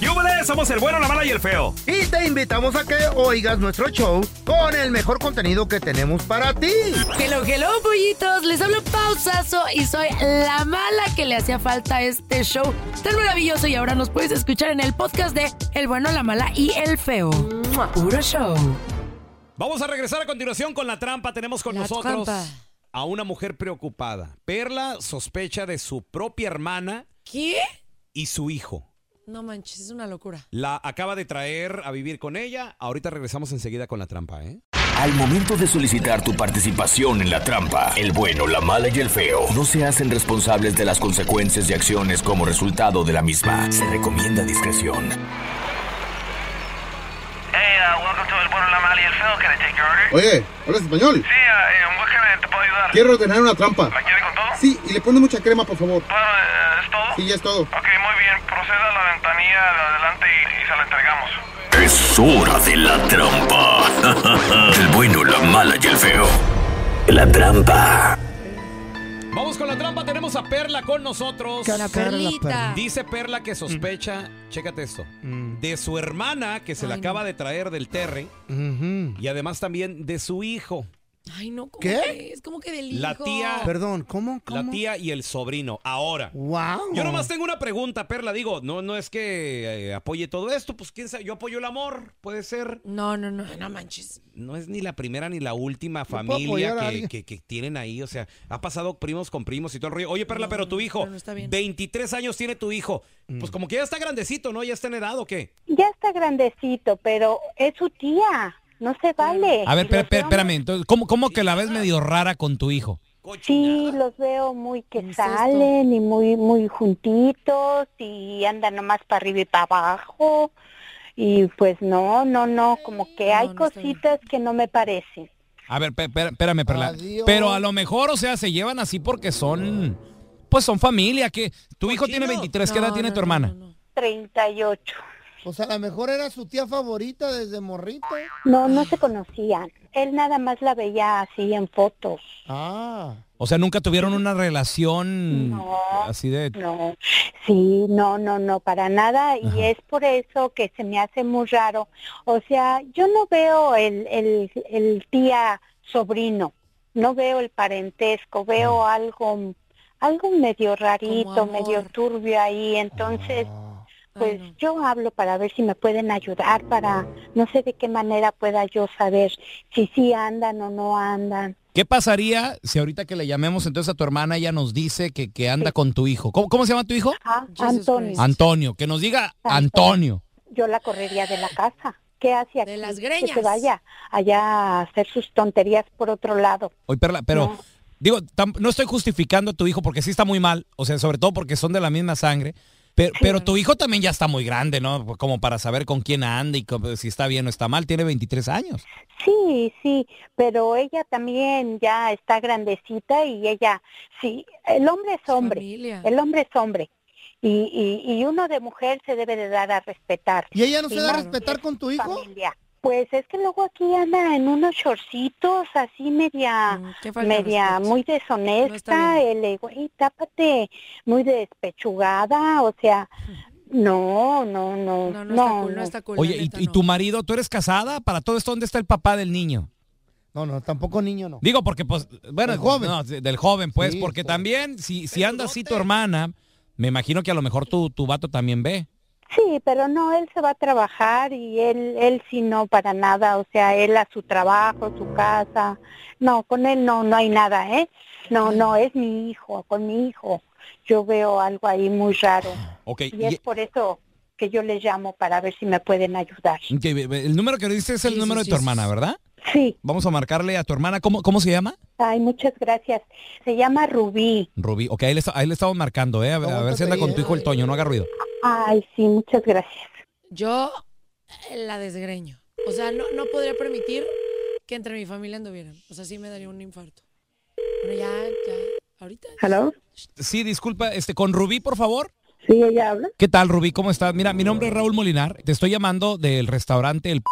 ¡Yúbele! Somos el bueno, la mala y el feo. Y te invitamos a que oigas nuestro show con el mejor contenido que tenemos para ti. Hello, hello, Oh, pollitos. Les hablo pausazo y soy la mala que le hacía falta a este show tan maravilloso. Y ahora nos puedes escuchar en el podcast de El bueno, la mala y el feo. Puro show. Vamos a regresar a continuación con la trampa. Tenemos con La nosotros trampa. a una mujer preocupada. Perla sospecha de su propia hermana ¿Qué? y su hijo. No manches, es una locura. La acaba de traer a vivir con ella. Ahorita regresamos enseguida con la trampa, ¿eh? Al momento de solicitar tu participación en la trampa, el bueno, la mala y el feo no se hacen responsables de las consecuencias y acciones como resultado de la misma. Se recomienda discreción. Hey, uh, welcome to El Bueno, La Mala y El Feo. Can I take your order? Oye, ¿hablas español? Sí, uh, eh, ¿en qué me- te puedo ayudar? Quiero ordenar una trampa. ¿La quiere con todo? Sí, y le pone mucha crema, por favor. Claro, eh, ¿es todo? Sí, ya es todo. Ok, muy bien. Proceda a la ventanilla de adelante y, y se la entregamos. Es hora de la trampa. El bueno, la mala y el feo. La trampa. Vamos con la trampa. Tenemos a Perla con nosotros. La perlita. Dice Perla que sospecha, chécate esto, de su hermana que se la Ay, acaba de traer del Terre y además también de su hijo, Ay, no, ¿cómo ¿Qué? que Es como que del La hijo. tía- Perdón, ¿cómo? la tía y el sobrino. Ahora. Wow. Yo nomás tengo una pregunta, Perla. Digo, no, no es que eh, apoye todo esto, pues quién sabe, yo apoyo el amor, puede ser. No, no, no, no manches. No es ni la primera ni la última puedo familia apoyar a que, alguien. que- que tienen ahí. O sea, ha pasado primos con primos y todo el rollo. Oye, Perla, No, pero tu hijo, pero no está bien. 23 años tiene tu hijo. Mm. Pues como que ya está grandecito, ¿no? Ya está en edad o qué. Ya está grandecito, pero es su tía. No se vale. A ver, Los espera, espera, veo- espérame. Entonces, ¿cómo, ¿cómo que la ves medio rara con tu hijo? Sí, los veo muy que Incesto. salen y muy muy juntitos y andan nomás para arriba y para abajo. Y pues no, no, no, como que No, hay no está bien. cositas que no me parecen. A ver, pe- pe- espérame, Perla. Adiós. Pero a lo mejor, o sea, se llevan así porque son... Pues son familia, que tu hijo tiene 23, ¿qué edad No, tiene no, tu no, hermana? no, no. 38. Pues a lo mejor era su tía favorita desde morrito. No, no se conocían. Él nada más la veía así en fotos. Ah. O sea, nunca tuvieron una relación No. así de... No, sí, no, no, no, para nada. Y es por eso que se me hace muy raro. O sea, yo no veo el, el, el tía sobrino, no veo el parentesco, veo algo, algo medio rarito, amor. medio turbio ahí. Entonces, pues Ay, no. yo hablo para ver si me pueden ayudar, para no sé de qué manera pueda yo saber si sí andan o no andan. ¿Qué pasaría si ahorita que le llamemos entonces a tu hermana ella nos dice que, que anda con tu hijo? ¿Cómo, cómo se llama tu hijo? Ah, Jesus Antonio, Christ. Antonio, que nos diga Antonio. yo la correría de la casa. ¿Qué hace aquí? De las Que se greñas. vaya allá a hacer sus tonterías por otro lado. Oye, Perla, pero No. digo, tam- no estoy justificando a tu hijo porque sí está muy mal, o sea, sobre todo porque son de la misma sangre, pero, pero tu hijo también ya está muy grande, ¿no? Pues, Como para saber con quién anda y cómo- si está bien o está mal, tiene 23 años. Sí, sí, pero ella también ya está grandecita y ella, sí, el hombre es hombre, Familia. el hombre es hombre. Y, y, y uno de mujer se debe de dar a respetar. ¿Y ella no se da a más respetar si con tu es hijo? familia. Pues es que luego aquí anda en unos shortcitos así media... Mm, qué falta de media respeto. muy está deshonesta, bien. el de, güey, tápate, muy despechugada, o sea, no, no, no, No, no, está no, cool, no no. está cool. la Oye, neta, ¿y, y no. tu marido, tú eres casada? Para todo esto, ¿dónde está el papá del niño? No, no, tampoco niño, no. Digo, porque, pues, bueno, Del joven. no, de- del joven, pues, Sí, porque joven. también, si, si anda así tu hermana, me imagino que a lo mejor tu, tu vato también ve. Sí, pero no, él se va a trabajar y él, él sí no para nada, o sea, él a su trabajo, su casa, no, con él no, no hay nada, ¿eh? No, no, es mi hijo, con mi hijo, yo veo algo ahí muy raro Ok, y es y- por eso que yo le llamo para ver si me pueden ayudar. ok, el número que dices es el Sí, número de sí, tu sí, hermana, sí. ¿verdad? Sí, Vamos a marcarle a tu hermana, ¿cómo, cómo se llama? ay, muchas gracias. Se llama Rubí. Rubí, ok, ahí le, esta- ahí le estamos marcando, ¿eh? A ver, a ver si anda Aguántate con ahí, tu hijo el Toño, no haga ruido. Ay, sí, muchas gracias. Yo eh, la desgreño. O sea, no, no podría permitir que entre mi familia anduvieran. O sea, sí me daría un infarto. Pero ya, ya, ahorita. ¿Hello? Sí, disculpa, este, con Rubí, por favor. ¿Sí, ella habla? ¿Qué tal, Rubí? ¿Cómo estás? Mira, mi nombre es Raúl Molinar, te estoy llamando del restaurante El... P-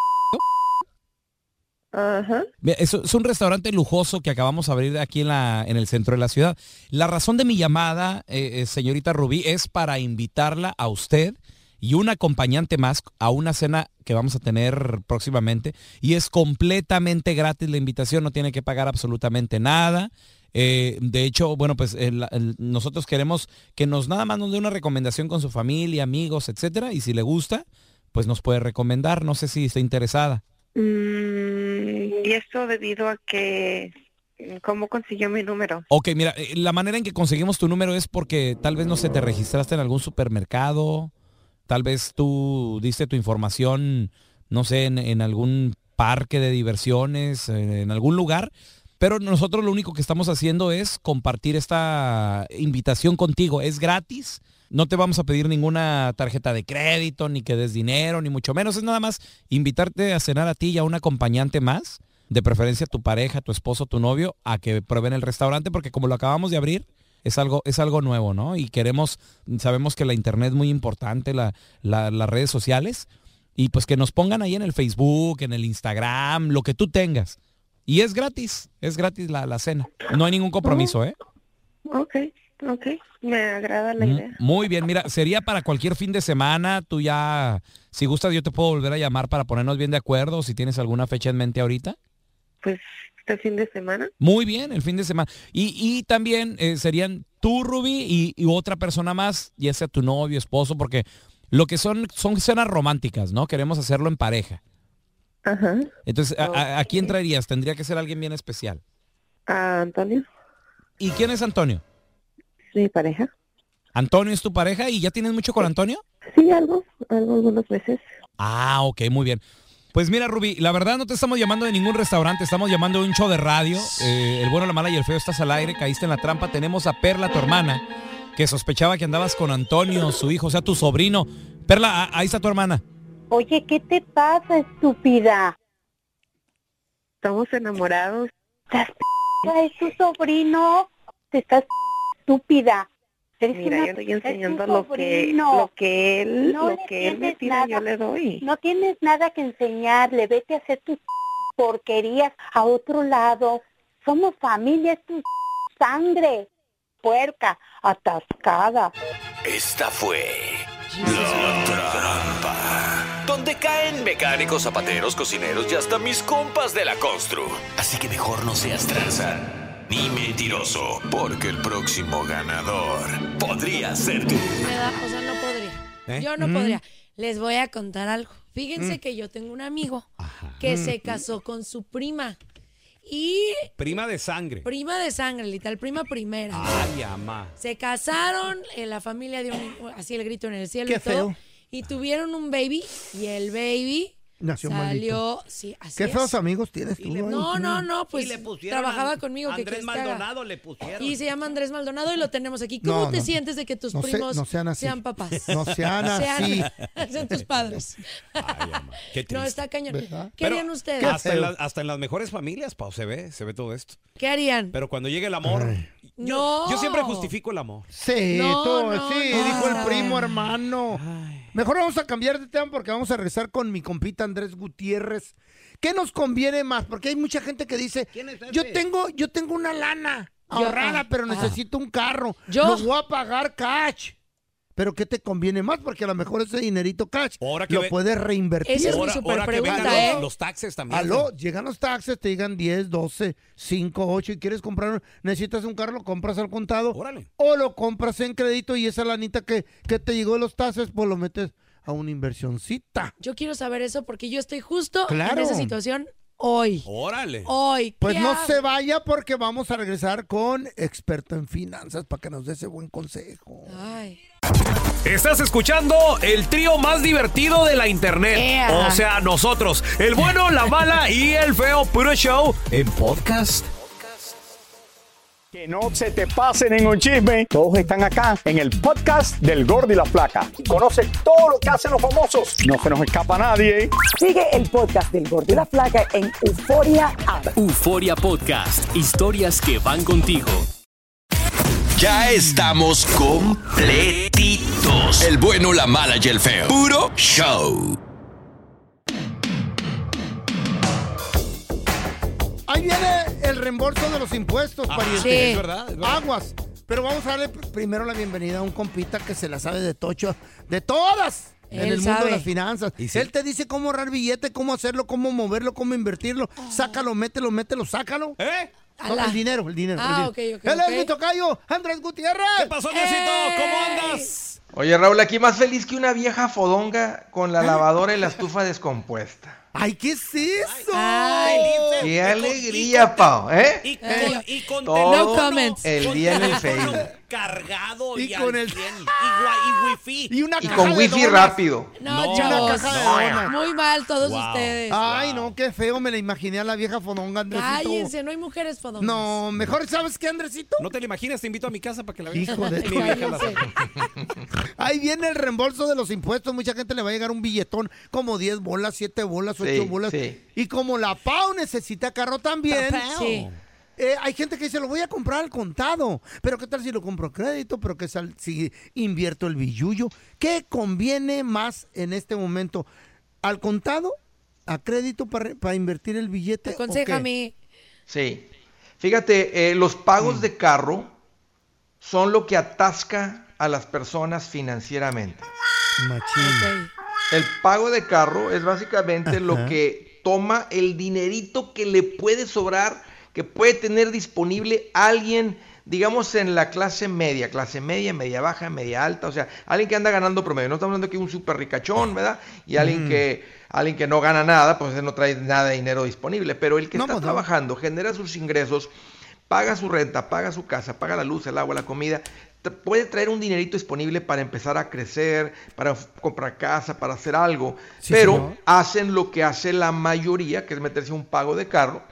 Ajá. Mira, Es, es un restaurante lujoso que acabamos de abrir aquí en, la, en el centro de la ciudad. La razón de mi llamada, eh, eh, señorita Rubí, es para invitarla a usted y un acompañante más a una cena que vamos a tener próximamente. Y es completamente gratis la invitación, no tiene que pagar absolutamente nada. Eh, de hecho, bueno, pues el- el- nosotros queremos que nos nada más nos dé una recomendación con su familia, amigos, etcétera. Y si le gusta, pues nos puede recomendar. No sé si está interesada. Mm, y esto debido a que, ¿cómo consiguió mi número? Ok, mira, eh, la manera en que conseguimos tu número es porque tal vez no se te registraste en algún supermercado, tal vez tú diste tu información, no sé, en, en algún parque de diversiones, en, en algún lugar, pero nosotros lo único que estamos haciendo es compartir esta invitación contigo. Es gratis, no te vamos a pedir ninguna tarjeta de crédito, ni que des dinero, ni mucho menos, es nada más invitarte a cenar a ti y a un acompañante más de preferencia tu pareja, tu esposo, tu novio, a que prueben el restaurante, porque como lo acabamos de abrir, es algo, es algo nuevo, ¿no? Y queremos, sabemos que la internet es muy importante, la- la- las redes sociales, y pues que nos pongan ahí en el Facebook, en el Instagram, lo que tú tengas. Y es gratis, es gratis la, la cena. No hay ningún compromiso, ¿eh? Ok, ok, me agrada la Mm, idea. Muy bien, mira, sería para cualquier fin de semana, tú ya, si gustas, yo te puedo volver a llamar para ponernos bien de acuerdo, o si tienes alguna fecha en mente ahorita. Pues este fin de semana. Muy bien, el fin de semana. Y, y también eh, serían tú, Ruby, y, y otra persona más, ya sea tu novio, esposo, porque lo que son son cenas románticas, ¿no? Queremos hacerlo en pareja. Ajá. Entonces, ¿a, a- a quién Ok. traerías? Tendría que ser alguien bien especial. ¿A Antonio? ¿Y quién es Antonio? Mi pareja. ¿Antonio es tu pareja y ya tienes mucho con Antonio? Sí, algo, algo algunos meses. Ah, ok, muy bien. Pues mira, Ruby, la verdad no te estamos llamando de ningún restaurante, estamos llamando de un show de radio. Eh, el bueno, la mala y el feo estás al aire, caíste en la trampa. Tenemos a Perla, tu hermana, que sospechaba que andabas con Antonio, su hijo, o sea, tu sobrino. Perla, a- ahí está tu hermana. Oye, ¿qué te pasa, estúpida? Estamos enamorados. ¿Estás p- es tu sobrino? Te estás p- estúpida. Eres Mira, una yo estoy p- es tu enseñando lo que, sobrino. lo que él, No lo le que él me tienes tira, nada. yo le doy. No tienes nada que enseñarle, vete a hacer tus porquerías a otro lado. Somos familia, es tu sangre. Puerca, atascada. Esta fue la trampa. Donde caen mecánicos, zapateros, cocineros y hasta mis compas de la constru. Así que mejor no seas tranza ni mentiroso, porque el próximo ganador podría ser tú. Me da, o sea, no podría. ¿Eh? Yo no Mm. podría. Les voy a contar algo. Fíjense que yo tengo un amigo que Mm. se casó con su prima. Y Prima de sangre. prima de sangre, literal, prima primera. Ah. Ay, amá. Se casaron, eh, la familia dio un- así el grito en el cielo Qué y todo. feo. Y tuvieron un baby y el baby Nació salió, maldito. sí, así Qué es. feos amigos tienes tú. ¿eh? ay, No, no, no, pues Y le pusieron trabajaba a- conmigo. ¿qué Andrés quieres que haga? Maldonado le pusieron. Y se llama Andrés Maldonado y lo tenemos aquí. ¿Cómo No, te no. sientes de que tus No se- primos no sean así. papás? No sean así. Sean, sean tus padres. Qué triste. no, está cañón. ¿Verdad? ¿Qué Pero harían ustedes? ¿Qué? Hasta en, feo. las, hasta en las mejores familias, Pau, se ve, se ve todo esto. ¿Qué harían? Pero cuando llega el amor, yo, Mm. No. yo siempre justifico el amor. Sí, No, todo, no, sí, no, dijo está el primo, bien. hermano. Mejor vamos a cambiar de tema porque vamos a regresar con mi compita Andrés Gutiérrez. ¿Qué nos conviene más? Porque hay mucha gente que dice, yo tengo, yo tengo una lana Yo- ahorrada, ah, pero ah. necesito un carro. Yo- Lo voy a pagar cash. Pero ¿qué te conviene más? Porque a lo mejor ese dinerito cash Ahora que lo ve- puedes reinvertir. Esa es mi Ahora- super ahora que vengan pregunta, los, ¿eh? los taxes también. Aló, llegan los taxes, te digan 10, 12, 5, 8 y quieres comprar, un- necesitas un carro, lo compras al contado Órale. o lo compras en crédito y esa lanita que, que te llegó de los taxes, pues lo metes a una inversioncita. Yo quiero saber eso porque yo estoy justo en Claro. esa situación hoy. Órale. Hoy. Pues ¿qué no hago? se vaya porque vamos a regresar con experto en finanzas para que nos dé ese buen consejo. Ay. Estás escuchando el trío más divertido de la internet. Ea. O sea, nosotros, el bueno, la mala y el feo puro show en podcast. Que no se te pase ningún chisme. Todos están acá en el podcast del Gordi y la Flaca. Conoce todo lo que hacen los famosos. No se nos escapa nadie. ¿eh? Sigue el podcast del Gordo y la Flaca en Euforia App. Euforia Podcast, historias que van contigo. Ya estamos completitos. El bueno, la mala y el feo. Puro show. Ahí viene el reembolso de los impuestos, pariente. Sí. Es verdad, Ah, es verdad. Aguas. Pero vamos a darle pr- primero la bienvenida a un compita que se la sabe de tocho, de todas en Él el mundo sabe. de las finanzas. Y sí. Él te dice cómo ahorrar billete, cómo hacerlo, cómo moverlo, cómo invertirlo. Sácalo, mételo, mételo, sácalo. ¿Eh? Ala. el dinero, el dinero. Ah, el dinero. ok, ok, Él ok. es mi tocayo, Andrés Gutiérrez. ¿Qué pasó, Diosito? ¿Cómo andas? Oye, Raúl, aquí más feliz que una vieja fodonga con la lavadora y la estufa descompuesta. Ah. Ay, ¿qué es eso? ¡Qué alegría, Pau! ¿Eh? Y Eh, con, y con Todo teléfono- el con día en el teléfono Facebook. Cargado y, Y con al el- 100, y, gua- y wifi. Y una Y caja con de wifi donas. rápido. No, No, chavos, una caja de donas. Muy mal todos Wow. ustedes. Ay, no, qué feo me la imaginé a la vieja fodonga, Andresito. Cállense, no hay mujeres fodongas. No, mejor sabes qué, Andresito. No te lo imaginas, te invito a mi casa para que la veas. Hijo de Mi tu- vieja la- Ahí viene el reembolso de los impuestos. Mucha gente le va a llegar un billetón como 10 bolas, 7 bolas, 8 Sí, bolas. sí. Y como la PAU necesita carro también. Papau. Sí. eh, hay gente que dice, lo voy a comprar al contado. Pero qué tal si lo compro a crédito, pero qué tal si invierto el billuyo. ¿Qué conviene más en este momento? ¿Al contado? ¿A crédito para, para invertir el billete? Aconséjame. Sí. Fíjate, eh, los pagos Mm. de carro son lo que atasca a las personas financieramente. El pago de carro es básicamente lo que toma el dinerito que le puede sobrar, que puede tener disponible alguien, digamos, en la clase media, clase media, media baja, media alta, o sea, alguien que anda ganando promedio. No estamos hablando que un súper ricachón, ¿verdad? Y Mm. alguien que alguien que no gana nada, pues ese no trae nada de dinero disponible. Pero el que No, está pues no. trabajando, genera sus ingresos, paga su renta, paga su casa, paga la luz, el agua, la comida, t- puede traer un dinerito disponible para empezar a crecer, para f- comprar casa, para hacer algo, Sí, pero señor. hacen lo que hace la mayoría, que es meterse un pago de carro,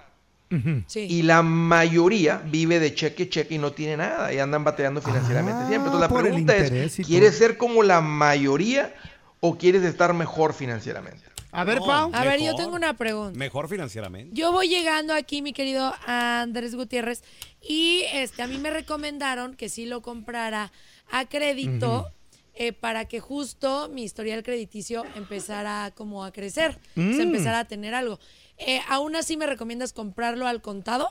y la mayoría vive de cheque a cheque y no tiene nada y andan bateando financieramente Ah, siempre. Entonces la por el pregunta interés y es, todo. ¿quieres ser como la mayoría o quieres estar mejor financieramente? A ver, No, Pau. A ver, yo mejor. tengo una pregunta. Mejor financieramente. Yo voy llegando aquí, mi querido Andrés Gutiérrez, y este, a mí me recomendaron que sí lo comprara a crédito eh, para que justo mi historial crediticio empezara como a crecer, o sea, Mm. empezara a tener algo. Eh, ¿Aún así me recomiendas comprarlo al contado?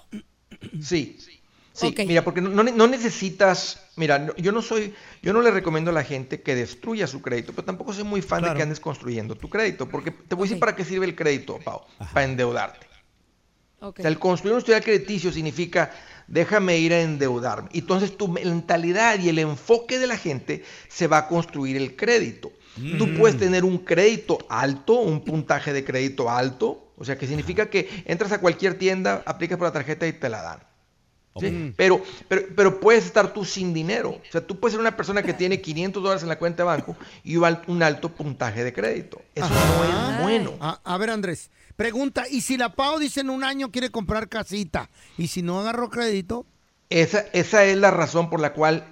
Sí. Sí, Ok. mira, porque no, no- no necesitas, mira, no- yo no soy, yo no le recomiendo a la gente que destruya su crédito, pero tampoco soy muy fan de que andes construyendo tu crédito, porque te voy a decir Ok. para qué sirve el crédito, Pau, para endeudarte. Ok. O sea, el construir un historial crediticio significa déjame ir a endeudarme. Y Entonces tu mentalidad y el enfoque de la gente se va a construir el crédito. Tú puedes tener un crédito alto, un puntaje de crédito alto, o sea que significa que entras a cualquier tienda, aplicas por la tarjeta y te la dan. ¿sí? Pero, pero, pero puedes estar tú sin dinero. O sea, tú puedes ser una persona que tiene 500 dólares en la cuenta de banco y un al- un alto puntaje de crédito. Eso no es bueno. A, a ver, Andrés, pregunta, ¿y si la Pau dice en un año quiere comprar casita? ¿Y si no agarró crédito? Esa, esa es la razón por la cual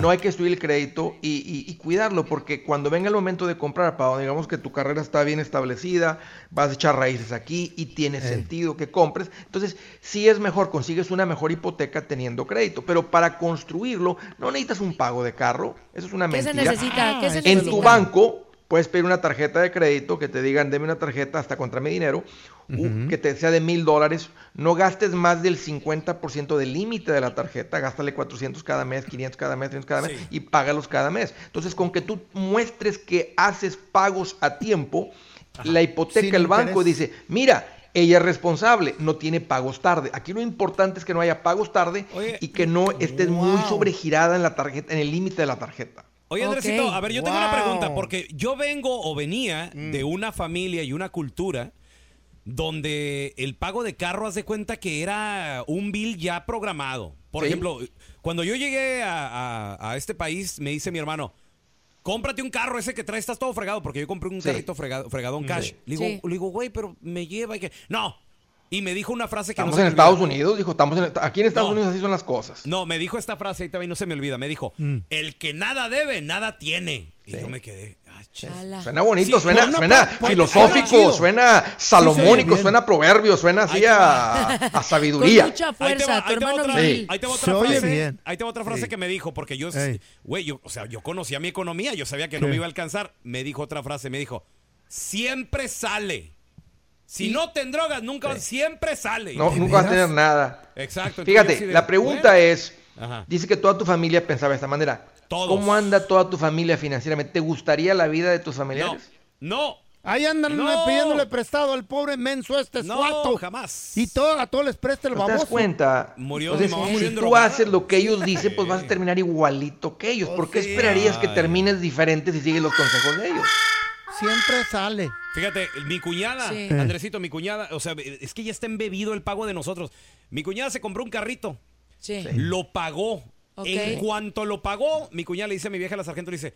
no hay que estudiar el crédito y, y- y cuidarlo, porque cuando venga el momento de comprar, Pau, digamos que tu carrera está bien establecida, vas a echar raíces aquí y tiene sentido que compres. Entonces, sí es mejor, consigues una mejor hipoteca teniendo crédito, pero para construirlo no necesitas un pago de carro, eso es una ¿Qué se mentira. necesita? ¿Qué se En tu necesita? banco puedes pedir una tarjeta de crédito que te digan, deme una tarjeta hasta contra mi dinero, u- Uh, que te sea de mil dólares. No gastes más del 50% del límite de la tarjeta. Gástale 400 cada mes, 500 cada mes, 300 cada mes y págalos cada mes. Entonces, con que tú muestres que haces pagos a tiempo, la hipoteca, Sin el banco interés. dice, mira. Ella es responsable, no tiene pagos tarde. Aquí lo importante es que no haya pagos tarde Oye. y que no estés muy sobregirada en la tarjeta, en el límite de la tarjeta. Oye, Ok. Andresito, a ver, yo tengo una Wow. pregunta, porque yo vengo o venía Mm. de una familia y una cultura donde el pago de carro, haz de cuenta que era un bill ya programado. Por Sí. ejemplo, cuando yo llegué a, a- a este país, me dice mi hermano, cómprate un carro, ese que traes estás todo fregado, porque yo compré un Sí. Mm. carrito fregado, fregadón cash. Le digo, Sí. le digo, güey, pero me lleva y que... No. Y me dijo una frase que Estamos no se en me olvida. Estados Unidos, dijo, estamos en- aquí en Estados No. Unidos así son las cosas. No, me dijo esta frase, ahí también no se me olvida. Me dijo, Mm. el que nada debe, nada tiene. Y yo me quedé. "Ah, chis". Ala. Suena bonito, Sí, suena, por una suena parte- por- filosófico, suena chido. suena Sí, se oye salomónico, bien. suena proverbio, suena así a, a Con sabiduría. mucha Ahí te fuerza, va- tu ahí te va hermano otra- Bill. ahí te va otra Se oye frase, ¿eh? bien. Ahí te va otra frase Sí. que me dijo, porque yo, Ey. güey, yo, o sea, yo conocía mi economía, yo sabía que no Sí. me iba a alcanzar. Me dijo otra frase, me dijo, siempre sale. Si no te drogas, nunca, vas- siempre sale. No, Y- nunca vas a veras? tener nada. Exacto. Fíjate, la pregunta es, Ajá. dice que toda tu familia pensaba de esta manera. ¿Cómo anda toda tu familia financieramente? ¿Te gustaría la vida de tus familiares? No. Ahí andan eh, No. pidiéndole prestado al pobre menso este No, suato. jamás. Y todo, a todos les presta el ¿No te baboso. das cuenta? Murió, Entonces, mi mamá si murió tú drogada. haces lo que ellos dicen, pues vas a terminar igualito que ellos. ¿Por qué sí. esperarías que Ay. termines diferente si sigues los consejos de ellos? Siempre sale. Fíjate, mi cuñada, Sí. Andresito, mi cuñada, o sea, es que ya está embebido el pago de nosotros. Mi cuñada se compró un carrito. Sí. Lo pagó. Ok. En cuanto lo pagó, mi cuñada le dice a mi vieja, la sargento, le dice,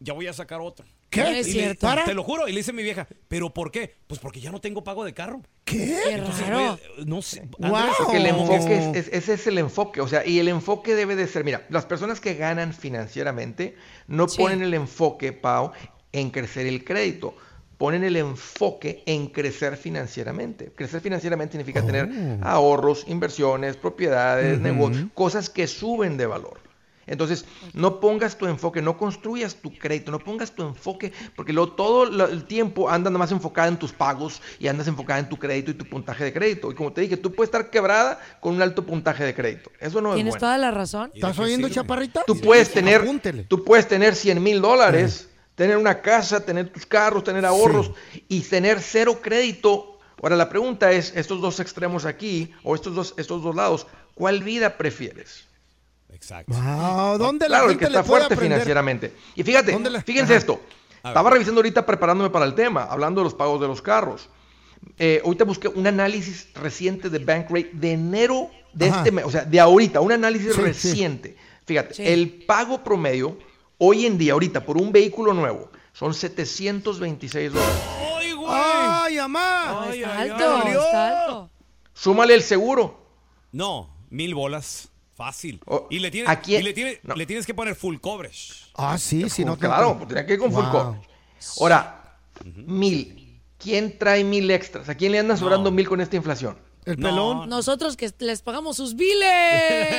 ya voy a sacar otro. ¿Qué? No Y es le- cierto. te- ¿Para? Te lo juro. Y le dice mi vieja, ¿pero por qué? Pues porque ya no tengo pago de carro. ¿Qué? Entonces, raro. güey, no sé. Andrés, Andrés, porque el enfoque es- es- ese es el enfoque, o sea, y el enfoque debe de ser, mira, las personas que ganan financieramente no Sí. ponen el enfoque, Pau, en crecer el crédito, ponen el enfoque en crecer financieramente. Crecer financieramente significa tener ahorros, inversiones, propiedades, Ujú. negocios, cosas que suben de valor. Entonces, no pongas tu enfoque, no construyas tu crédito, no pongas tu enfoque, porque luego todo lo- el tiempo andas más enfocada en tus pagos y andas enfocada en tu crédito y tu puntaje de crédito. Y como te dije, tú puedes estar quebrada con un alto puntaje de crédito. Eso no es Tienes bueno. toda la razón. ¿Estás oyendo, chaparrita? Tú puedes tener, tú puedes tener 100 mil dólares, tener una casa, tener tus carros, tener ahorros y tener cero crédito. Ahora la pregunta es, estos dos extremos aquí o estos dos, estos dos lados, ¿cuál vida prefieres? Exacto. Wow, ¿dónde la claro, el gente que está le puede fuerte aprender? financieramente. Y fíjate, fíjense esto. Estaba revisando ahorita preparándome para el tema, hablando de los pagos de los carros. Eh, ahorita busqué un análisis reciente de Bankrate de enero de Ajá. este mes, o sea, de ahorita, un análisis Sí, sí. reciente. Fíjate, el pago promedio hoy en día, ahorita, por un vehículo nuevo, son 726 dólares. ¡Ay, mamá! está ay, alto, ay, está alto. Súmale el seguro. No, mil bolas. Fácil. Oh, y le, tiene- ¿a quién? y le, tiene- le tienes que poner full coverage. Ah, sí, sí, no te- Claro, pues tenía que ir con full Wow. coverage. Ahora, mil. ¿Quién trae mil extras? ¿A quién le andan sobrando mil con esta inflación? El pelón. Nosotros que les pagamos sus biles.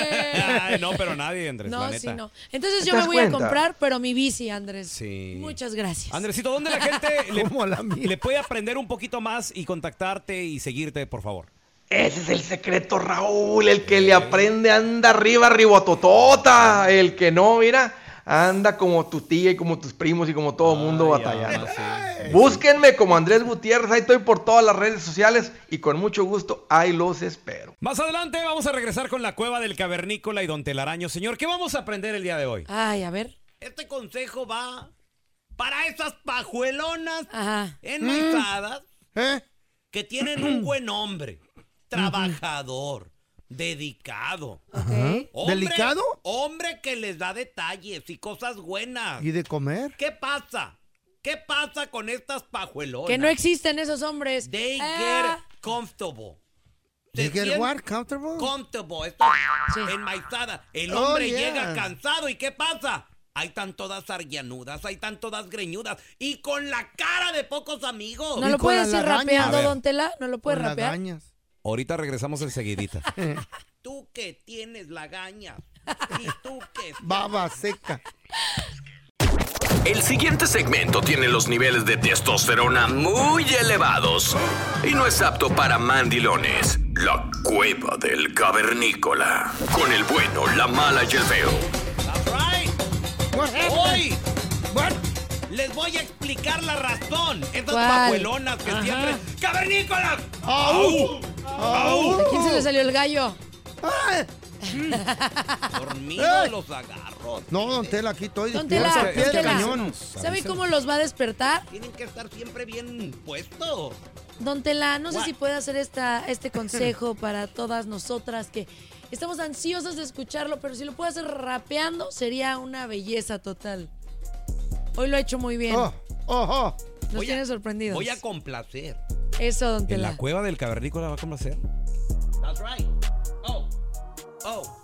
Ay, no, pero nadie, Andrés, No, la neta. sí, no. Entonces ¿Te yo me das voy cuenta? a comprar, pero mi bici, Andrés. Sí. Muchas gracias. Andresito, ¿dónde la gente le, le puede aprender un poquito más y contactarte y seguirte, por favor? Ese es el secreto, Raúl. El que le aprende anda arriba, ribototota. El que no, mira, anda como tu tía y como tus primos y como todo mundo batallando. Ah, Búsquenme como Andrés Gutiérrez. Ahí estoy por todas las redes sociales y con mucho gusto ahí los espero. Más adelante vamos a regresar con la cueva del cavernícola y don Telaraño. Señor, ¿qué vamos a aprender el día de hoy? Ay, a ver. Este consejo va para esas pajuelonas enmaizadas Mm. ¿Eh? que tienen un buen hombre, trabajador, dedicado. Hombre- ¿Delicado? Hombre que les da detalles y cosas buenas. ¿Y de comer? ¿Qué pasa? ¿Qué pasa con estas pajuelonas? Que no existen esos hombres. They Ah, get comfortable. ¿De Se get sien- what? ¿Comfortable? Comfortable. Esto Ah. enmaizada. El Oh, hombre yeah. llega cansado y ¿qué pasa? Ahí están todas sarguianudas, ahí están todas greñudas y con la cara de pocos amigos. ¿No lo puede puedes hacer rapeando, don Tela? Ah, ¿No lo puede rapear? Ahorita regresamos enseguidita. Tú que tienes lagaña. Y tú que Baba seca. El siguiente segmento tiene los niveles de testosterona muy elevados y no es apto para mandilones. La cueva del cavernícola. Con el bueno, la mala y el feo. Hoy les voy a explicar la razón. Estas ¿Cuál? pajuelonas que siempre. ¡Cavernícolas! ¡Au! ¡Au! ¿A quién se le salió el gallo? Dormido los agarro. No, don Tela, aquí estoy. Don Yo Tela, soy don pie de Tela, cañón. ¿Sabe cómo los va a despertar? Tienen que estar siempre bien puestos. Don Tela, no sé What? si puede hacer esta, este consejo para todas nosotras que estamos ansiosas de escucharlo, pero si lo puede hacer rapeando sería una belleza total. Hoy lo ha hecho muy bien. Oh, Nos Voy a- tiene sorprendidos. Voy a complacer. Eso, don ¿En la Tela. cueva del cavernícola va a complacer? That's right. Oh. Oh.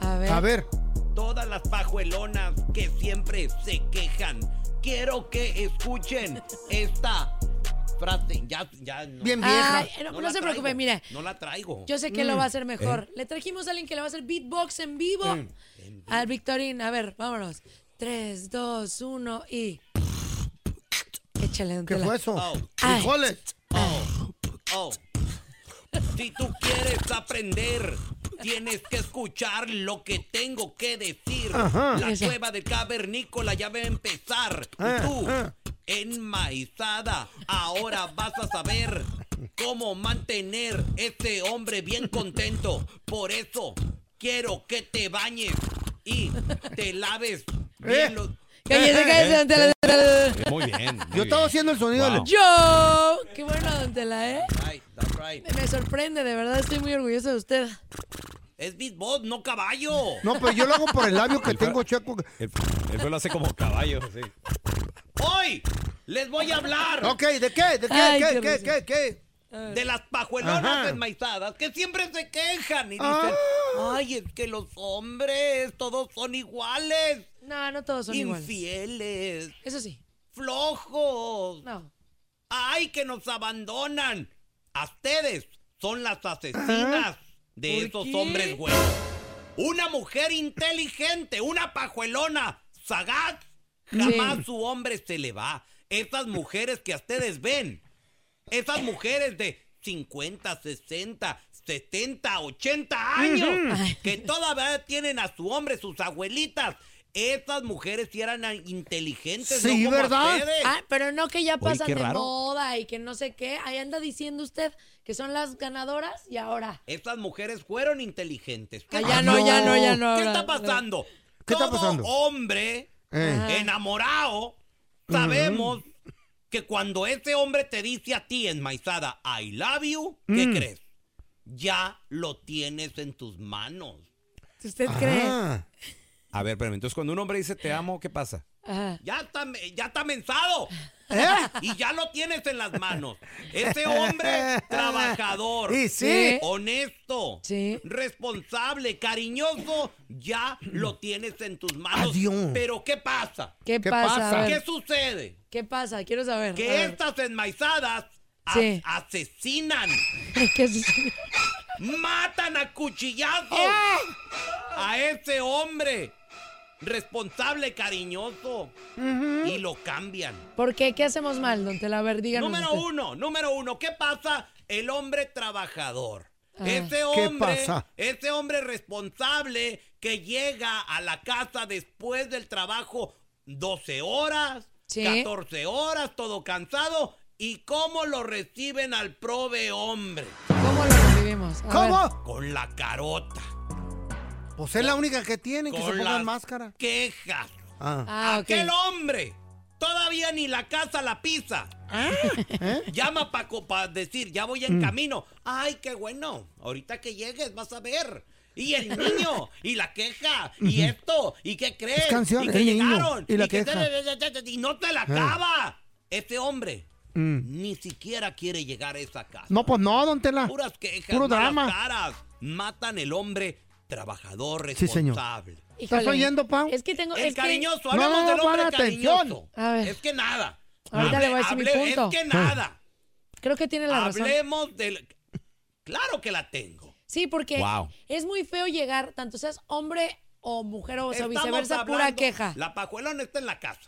A ver. A ver. Todas las pajuelonas que siempre se quejan. Quiero que escuchen esta frase. Ya, ya no. Bien vieja. Ay, no, no la se preocupe, traigo, mire. No la traigo. Yo sé que Mm. lo va a hacer mejor. ¿Eh? Le trajimos a alguien que le va a hacer beatbox en vivo Mm. al Victorín. A ver, vámonos. 3, 2, 1 y. Échale, don ¿Qué Tela. fue eso? Ay. Frijoles. Oh. Si tú quieres aprender Tienes que escuchar lo que tengo que decir. Ajá. La Esa. cueva del cavernícola ya va a empezar. Ah, Y tú, ah. enmaizada, ahora vas a saber cómo mantener este hombre bien contento. Por eso, quiero que te bañes y te laves Eh. bien los... Eh, Cállese, cállese, don Tela, don Tela. Muy bien. Yo estaba haciendo el sonido. del- Yo, qué bueno, don Tela, ¿eh? That's right. Me sorprende, de verdad, estoy muy orgullosa de usted. Es bisbot, no caballo. No, pero yo lo hago por el labio que tengo chueco. Él, él lo hace como caballo, sí. Hoy les voy a hablar. Ok, ¿de qué? ¿De qué? Ay, ¿Qué? qué ¿Qué? ¿Qué? risa. ¿Qué? De las pajuelonas Ajá. enmaizadas que siempre se quejan y dicen, Ah. ay, es que los hombres todos son iguales. No, no todos son iguales. Infieles. Eso sí. Flojos. No. Ay, que nos abandonan. A ustedes son las asesinas Ah. de esos hombres güeyes. Una mujer inteligente, una pajuelona, sagaz, jamás su hombre se le va. Esas mujeres que a ustedes ven, esas mujeres de 50, 60, 70, 80 años, que todavía tienen a su hombre, sus abuelitas. Esas mujeres sí eran ah, inteligentes, no como ustedes. Ah, pero no que ya Oye, pasan qué de raro. moda y que no sé qué. Ahí anda diciendo usted que son las ganadoras y ahora. Estas mujeres fueron inteligentes. ¿Qué Ah, ya está- no, ya no, ya no, ¿Qué ahora, está pasando? ¿Qué está Todo pasando? hombre Eh. Ajá. enamorado sabemos que cuando ese hombre te dice a ti enmaizada, I love you, ¿qué Mm. crees? Ya lo tienes en tus manos. ¿Usted Ah. A ver, pero entonces cuando un hombre dice te amo, ¿qué pasa? Ya está, me- ya está mensado. ¿Eh? Y ya lo tienes en las manos. Ese hombre trabajador, Y sí. honesto, responsable, cariñoso, ya lo tienes en tus manos. Adiós. Pero ¿qué pasa? ¿Qué ¿Qué pasa? pasa? A ver. ¿Qué sucede? ¿Qué pasa? Quiero saber. Que a ver. estas enmaizadas a- Sí. asesinan, ¿Qué asesino? matan a cuchillazos ¡Ah! a ese hombre responsable, cariñoso, y lo cambian. ¿Por qué? ¿Qué hacemos mal, don Tela? A ver, díganos. Número usted. uno, número uno, ¿qué pasa? El hombre trabajador. Ah. Ese ¿Qué hombre, pasa? ese hombre responsable que llega a la casa después del trabajo 12 horas, Sí. 14 horas, todo cansado. ¿Y cómo lo reciben al prove hombre? ¿Cómo lo recibimos? A ver. ¿Cómo? Con la carota, Pues es la única que tiene, que Con se las pongan máscara. quejas. Ah. Ah, ok. Aquel hombre todavía ni la casa la pisa. Ah. ¿Eh? Llama para decir, ya voy Mm. en camino. Ay, qué bueno. Ahorita que llegues vas a ver. Y el niño, y la queja, y Ujú. esto, y qué crees, Es canción, y que el niño, llegaron, y la que- queja. y no te la Ah. acaba. Este hombre Mm. ni siquiera quiere llegar a esa casa. No, pues no, don Tela. Puras quejas, Puro malas drama. caras. Matan el hombre trabajador Sí, señor. responsable. ¿Estás Híjole. oyendo, Pau? Es que tengo. El es que- cariñoso, No, hablemos del hombre pon atención. cariñoso. A ver. Es que nada. Ahorita le voy a decir mi punto. Es que nada. Creo que tiene la razón. Hablemos del. Claro que la tengo. Sí, porque Wow. es muy feo llegar, tanto seas hombre o mujer o, sea, Estamos viceversa, pura hablando- queja. La pajuelona está en la casa.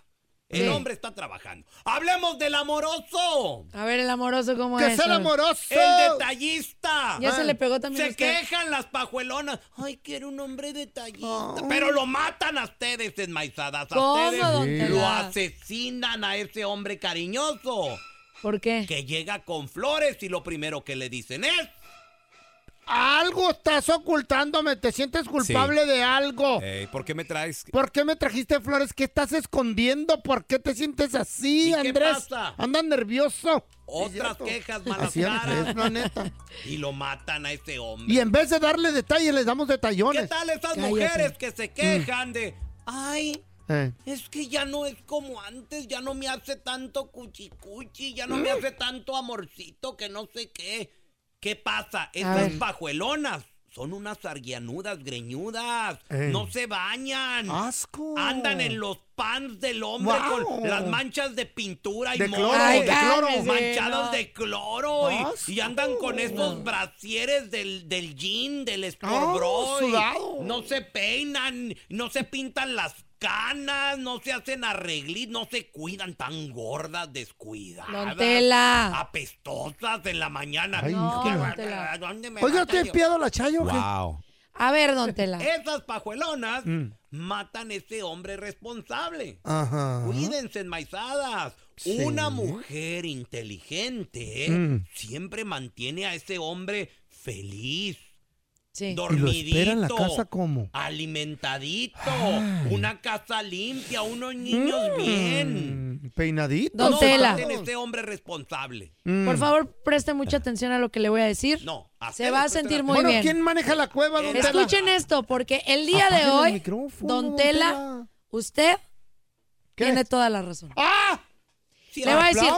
El Sí. hombre está trabajando. Hablemos del amoroso. A ver, el amoroso, ¿cómo ¡Que es? sea el A ver. amoroso! El detallista. Ya se le pegó también a Se usted. quejan las pajuelonas. Ay, quiero un hombre detallista. Pero lo matan a ustedes, enmaizadas. A ¿Cómo, ustedes don Sí. lo Tela? asesinan a ese hombre cariñoso. ¿Por qué? Que llega con flores y lo primero que le dicen es. Algo estás ocultándome, te sientes culpable de algo. Ey, ¿Por qué me traes? ¿Por qué me trajiste flores? ¿Qué estás escondiendo? ¿Por qué te sientes así, ¿Y qué Andrés? pasa? Andas nervioso. Otras quejas malas Así caras. es, la neta. Y lo matan a ese hombre. Y en vez de darle detalles, les damos detallones. ¿Qué tal esas Cállate. Mm. mujeres que se quejan de. Ay, Eh. Es que ya no es como antes, ya no me hace tanto cuchicuchi, ya no me hace tanto amorcito, que no sé qué. ¿Qué pasa? Estas ver. pajuelonas son unas arguianudas greñudas, Ey. no se bañan. ¡Asco! Andan en los pants del hombre ¡Guau! con las manchas de pintura y De moho, cloro, Ay, de cloro. cálmese, manchados no. de cloro y- ¡Asco! y, andan con estos brasieres del, del jean, del ¡Ah, sport bro, y sudado! no se peinan, no se pintan las canas, no se hacen arreglis, no se cuidan tan gordas, descuidadas. Don Tela. Apestosas en la mañana. Ay, No, ¿Qué don va- Tela. ¿a dónde me Oiga, vas a ¿usted es llevar? piado la chayo? o qué? Wow. A ver, don Tela. Esas pajuelonas Mm. matan a ese hombre responsable. Ajá. Cuídense, maizadas. Sí. Una mujer inteligente Mm. siempre mantiene a ese hombre feliz. ¿Y lo Dormidito, espera en la casa cómo? alimentadito, Ay. una casa limpia, unos niños bien. Mm, Peinadito. Don no Tela. maten a ese hombre responsable. Mm. Por favor, preste mucha atención a lo que le voy a decir. No. Se va a sentir muy Bueno, bien. ¿quién maneja la cueva, don Tela? Escuchen esto, porque el día Apague de los hoy, micrófonos, don don Tela, usted tiene toda la razón. ¡Ah! Le voy a decir,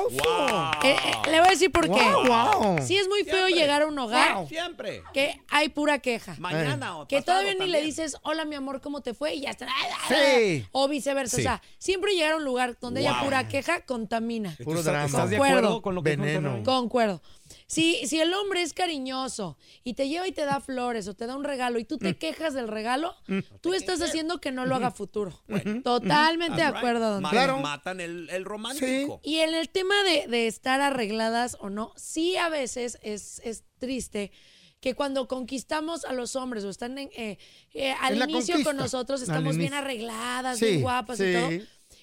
Eh, eh, le voy a decir por qué. Guau, guau. Sí es muy feo llegar a un hogar Siempre. que hay pura queja. Eh. Mañana o Que pasado todavía ni le también. dices, hola mi amor, ¿cómo te fue? Y ya está. Sí. O viceversa. Sí. O sea, siempre llegar a un lugar donde haya Wow. pura queja contamina. Puro drama. ¿Estás de Concuerdo. acuerdo con lo que Veneno. Concuerdo. Si, si el hombre es cariñoso y te lleva y te da flores o te da un regalo y tú Mm. te quejas del regalo, tú estás haciendo que no lo haga futuro. Totalmente de Alright. acuerdo, don Ma- Tela. Matan el, el romántico. Y en el tema de, de estar arregladas o no, sí a veces es, es triste que cuando conquistamos a los hombres o están en, eh, eh, al Es la inicio conquista. con nosotros, Al estamos bien inicio. arregladas, Sí, bien guapas y sí. todo.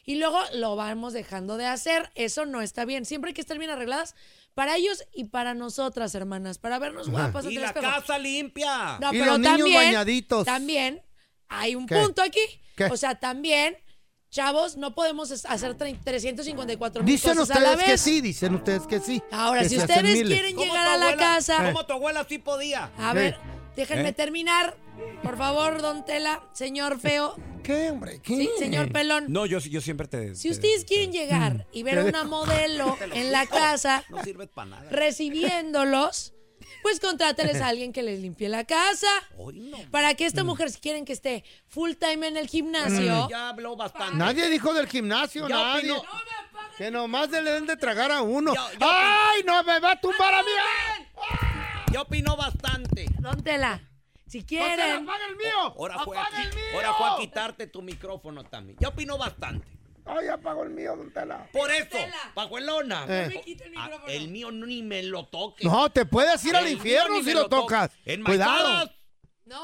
Y luego lo vamos dejando de hacer. Eso no está bien. Siempre hay que estar bien arregladas para ellos y para nosotras, hermanas, para vernos Ajá. guapas. ante Y el la espejo. casa limpia. No, Y pero los niños también, bañaditos. También hay un ¿Qué? punto aquí. ¿Qué? O sea, también, chavos, no podemos es- hacer tre- 354 mil Dicen cosas a la ustedes que vez. sí, dicen ustedes que sí. Ahora, que si se hacen ustedes miles. quieren ¿Cómo llegar tu a la abuela- casa. ¿Cómo tu abuela sí podía? A Eh. ver, déjenme Eh. terminar. Por favor, don Tela, señor feo. ¿Qué, hombre? ¿Qué? Sí, señor pelón. Eh, No, yo, yo siempre te. Si te- ustedes quieren llegar y ver a Te una dejo. modelo Te lo en la juro. casa No sirve para nada. recibiéndolos, pues contráteles a alguien que les limpie la casa. Oh, Hoy no. Para que Mm. esta mujer, si quieren que esté full time en el gimnasio, Ya habló bastante. Nadie dijo del gimnasio, Ya nadie. opinó. Que nomás le den de tragar a uno. ¡Ay, no me va a tumbar a mí! Ya opinó bastante. don Tela, si quieren. ¡Apaga el mío! Ahora fue, a, ¡Apaga el mío! ahora fue a quitarte tu micrófono también. Ya opinó bastante. ¡Ay, apago el mío, don Tela! Por eso, pajuelona. Eh. No me quite el Ah, el mío ni me lo toque. No, te puedes ir al El infierno mío ni si me lo tocas. toque. En Cuidado. maizadas,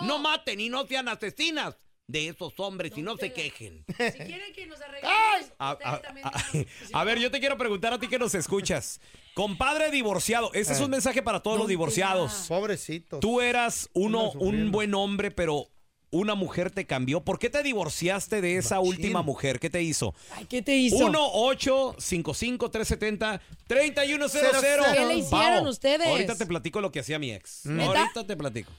no. maten y no sean asesinas de esos hombres y no se quejen. Si quieren que nos arreglemos, A, ustedes a- también. a- ah, a ver, yo te quiero preguntar a ti que nos escuchas. Compadre divorciado, ese es un mensaje para todos pues, los divorciados. Pobrecito. Tú eras uno, Andan sufriendo. un buen hombre, pero una mujer te cambió. ¿Por qué te divorciaste de esa última mujer? ¿Qué te hizo? Ay, ¿Qué te hizo? 1 855 370 3100 ¿Qué le hicieron ustedes? Ahorita te platico lo que hacía mi ex. ¿Neta? Ahorita te platico.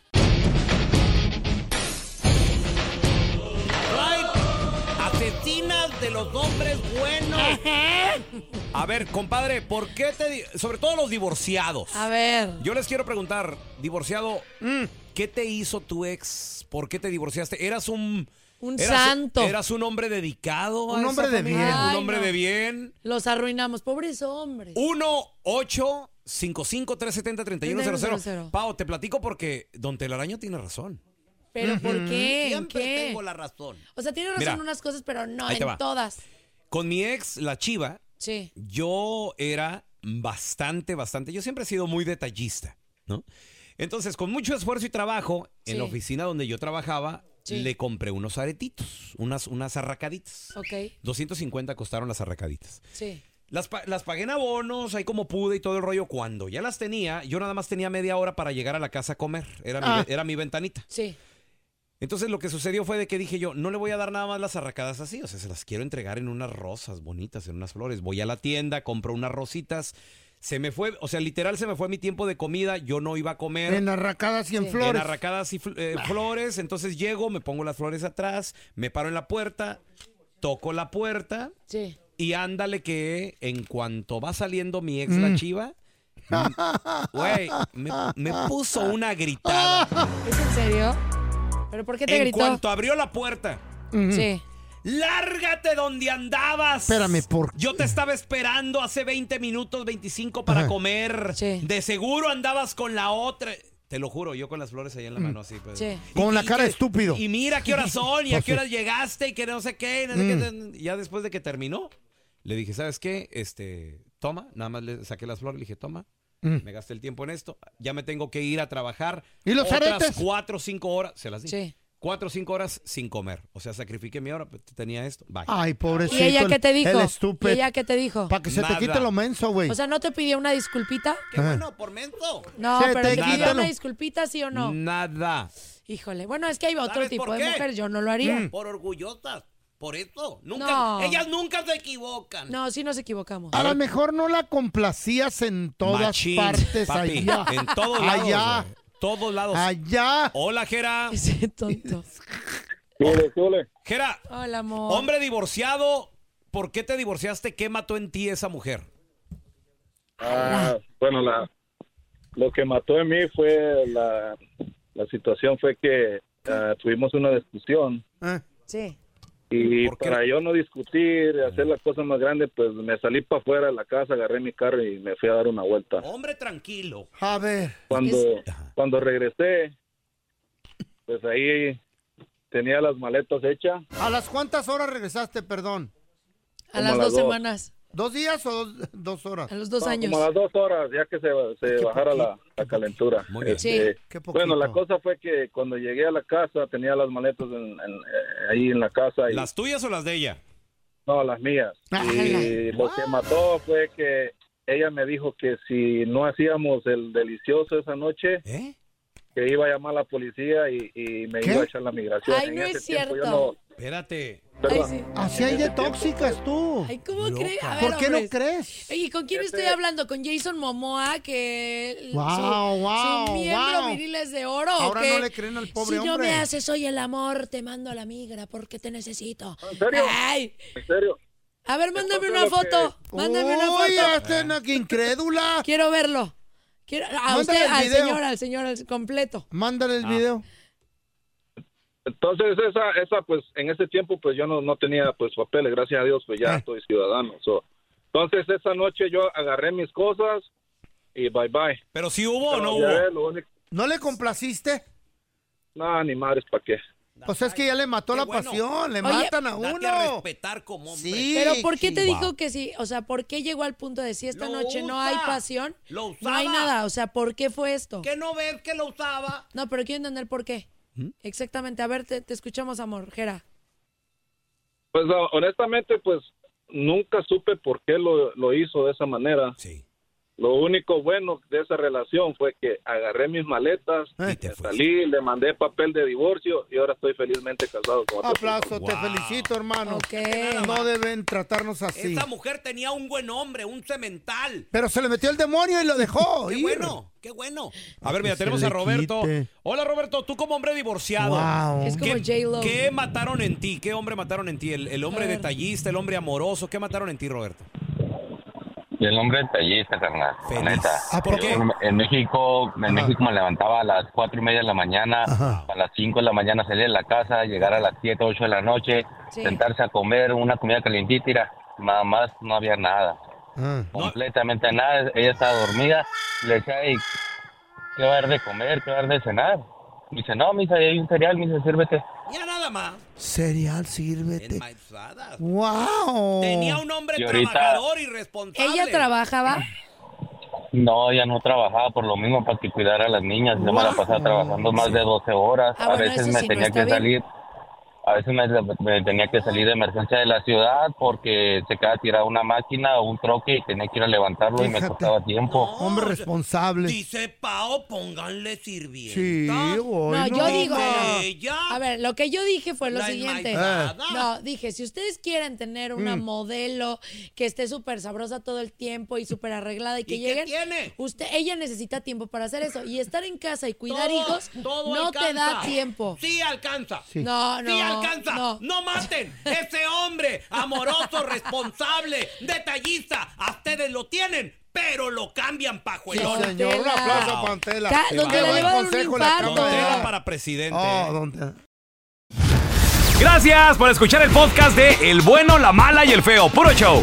Right. Asesinas de los hombres buenos. A ver, compadre, ¿por qué te... di- Sobre todo los divorciados. A ver. Mm. Yo les quiero preguntar, divorciado, ¿qué te hizo tu ex? ¿Por qué te divorciaste? ¿Eras un... Un eras- santo. ¿Eras un hombre dedicado? Un a hombre esa de familia? bien. Un Ay, hombre no. de bien. Los arruinamos, pobres hombres. 1 8 55 370 3100 Pau, te platico porque Don Telaraño tiene razón. ¿Pero por qué? ¿En Siempre qué? tengo la razón. O sea, tiene razón Mira. en unas cosas, pero no Ahí te en va. todas. Con mi ex, la Chiva, Sí. yo era bastante, bastante. Yo siempre he sido muy detallista, ¿no? Entonces, con mucho esfuerzo y trabajo, Sí. en la oficina donde yo trabajaba, Sí. le compré unos aretitos, unas, unas arracaditas. Ok, 250 costaron las arracaditas. sí. Las, pa- las pagué en abonos, ahí como pude y todo el rollo. Cuando ya las tenía, yo nada más tenía media hora para llegar a la casa a comer. Era, mi, Ah. ve- era mi ventanita. Sí. Entonces lo que sucedió fue de que dije yo, no le voy a dar nada más las arracadas así, o sea, se las quiero entregar en unas rosas bonitas, en unas flores. Voy a la tienda, compro unas rositas. Se me fue, o sea, literal se me fue mi tiempo de comida, yo no iba a comer. En arracadas y en En flores. Ah. arracadas y fl- eh, flores, entonces llego, me pongo las flores atrás, me paro en la puerta, toco la puerta Sí. y ándale que en cuanto va saliendo mi ex la chiva, mm, güey, me, me puso una gritada. ¿Es en serio? ¿Pero por qué te en gritó? cuanto abrió la puerta, Sí. lárgate donde andabas. Espérame, ¿por Yo te estaba esperando hace 20 minutos, 25 para Ajá. comer. Sí. De seguro andabas con la otra. Te lo juro, yo con las flores ahí en la mano así. pues. Mm. Sí. Con la cara que- de estúpido. Y mira qué horas son y a Pues sí. qué horas llegaste y que no sé qué. y no sé Mm. qué. Ya después de que terminó, le dije, ¿sabes qué? Este, toma, nada más le saqué las flores, le dije, toma, Me gasté el tiempo en esto. Ya me tengo que ir a trabajar. Mm. ¿Y los Otras aretes? cuatro o cinco horas. Se las di. Cuatro o cinco horas sin comer. O sea, sacrifiqué mi hora. pero Tenía esto. Bye. Ay, pobrecito. ¿Y ella qué te el- dijo? El estúpido. ¿Y ella qué te dijo? Para que se te quite lo menso, güey. O sea, ¿no te pidió una disculpita? Qué bueno, por menso. No, Se pero te Mm. ¿te pidió quita lo- una disculpita, sí o no? Nada. Híjole, bueno, es que hay otro ¿Sabes tipo por de qué? mujer, yo no lo haría. Mm. Por orgullosas. Por eso. Nunca, No. Ellas nunca se equivocan. No, sí nos equivocamos. A lo mejor no la complacías en todas Machín, partes papi, allá. En todos lados. Allá. güey. Todos lados. Allá. Hola, Jera. Ese tonto. Jera, Hola, amor. hombre divorciado, ¿por qué te divorciaste? ¿Qué mató en ti esa mujer? Ah, bueno, la, lo que mató en mí fue la, la situación fue que ah, tuvimos una discusión Sí. y para yo no discutir, hacer las cosas más grandes, pues me salí para afuera de la casa, agarré mi carro y me fui a dar una vuelta. Hombre tranquilo. A ver. Cuando, cuando regresé, pues ahí tenía las maletas hechas. ¿A las cuántas horas regresaste, perdón? A Como las a las dos dos. semanas. ¿Dos días o dos, dos horas? A los No, Ah, Como a las dos horas, ya que se, se bajara la, la calentura. Este, Sí. Qué poquito. bueno, la cosa fue que cuando llegué a la casa tenía las maletas en- en- eh, ahí en la casa. Y, ¿Las tuyas o las de ella? No, las mías. Ah, Y lo que mató fue que ella me dijo que si no hacíamos el delicioso esa noche, ¿Eh? que iba a llamar a la policía y, y me iba a echar la migración. Ay, En no ese es tiempo yo cierto. no- Espérate. Perdón. Así hay de tóxicas tú. Ay, ¿cómo crees? A ver, ¿Por qué no hombres. crees? Oye, ¿con quién estoy hablando? ¿Con Jason Momoa? Que Wow, su, wow, su miembro wow. viril es de oro. ¿o Ahora qué? no le creen al pobre si no hombre. me haces hoy el amor, te mando a la migra porque te necesito. ¿En serio? Ay. ¿En serio? A ver, mándame Entonces, lo una que- foto. Mándame una foto. Oye, esta este es una que incrédula. Quiero verlo. Quiero, a Mándale usted, el al video. señor, al señor al completo. Mándale el video. Entonces esa, esa pues en ese tiempo pues yo no, no tenía pues papeles, gracias a Dios pues ya soy ciudadano. so. Entonces esa noche yo agarré mis cosas y bye bye. Pero si hubo o no hubo. ¿No le complaciste? No, ni madres, ¿para qué? Pues es que ya le mató la pasión, le Oye, matan a date a uno. respetar como Sí. Pero ¿por qué te chingua. dijo que sí? O sea, ¿por qué llegó al punto de si esta Lo noche no usa. hay pasión? Lo usaba. No hay nada. O sea, ¿por qué fue esto? ¿Qué no ves que lo usaba? ¿Mm? No, pero quiero entender por qué. Exactamente. A ver, te, te escuchamos, amor. Jera. Pues ah, honestamente pues nunca supe por qué lo, lo hizo de esa manera. Lo único bueno de esa relación fue que agarré mis maletas, me salí, le mandé papel de divorcio y ahora estoy felizmente casado con otra Aplauso, te persona. felicito, hermano. No deben tratarnos así. Esa mujer tenía un buen hombre, un cemental. Pero se le metió el demonio y lo dejó. Qué ir. bueno, qué bueno. A ver, mira, Que se tenemos a le Roberto. quite. Hola, Roberto, tú como hombre divorciado. Wow. Es como ¿qué, J-Lo. ¿Qué mataron en ti? ¿Qué hombre mataron en ti? ¿El, el hombre detallista, el hombre amoroso? ¿Qué mataron en ti, Roberto? Y el hombre detallista, carnal. la neta. Ah, ¿Por qué? En, en México, en México me levantaba a las cuatro y media de la mañana, a las 5 de la mañana salir de la casa, llegar a las 7, 8 de la noche, Sí. sentarse a comer una comida calientita, mira, nada más no había nada. Ah. Completamente nada, ella estaba dormida, le decía, "Ey, ¿qué va a dar de comer? ¿Qué va a dar de cenar? Me dice, no, misa, hay un cereal, me dice, sírvete. Ya nada más. Cereal, sírvete. ¡Wow! Tenía un hombre Y ahorita- trabajador y responsable. ¿Ella trabajaba? No, ella no trabajaba por lo mismo para que cuidara a las niñas. Yo me la pasaba trabajando más de 12 horas. Ah, a bueno, veces eso me sí, no tenía está que bien. salir. A veces me, me tenía que salir de emergencia de la ciudad porque se quedaba tirada una máquina o un troque y tenía que ir a levantarlo y me costaba tiempo. Hombre responsable. Dice Pao, pónganle sirvienta. Sí, No, hoy no. yo digo. ma. A ver, lo que yo dije fue lo La siguiente. enmaizada. No, dije, si ustedes quieren tener una Mm. modelo que esté súper sabrosa todo el tiempo y súper arreglada y que lleguen. Usted, ella necesita tiempo para hacer eso. Y estar en casa y cuidar Todo- hijos todo no te da alcanza. tiempo. Sí alcanza. Sí. No, no, Sí alcanza. no. No, maten. Ese hombre amoroso, responsable, detallista, a ustedes lo tienen, pero lo cambian pajuelón. Sí, señor. Un aplauso para Antela. Ca- Qué donde buen le va a dar un consejo le acabo infarto. de dar. Antela para presidente. Oh, don Tela. Gracias por escuchar el podcast de El bueno, la mala y el feo. Puro show.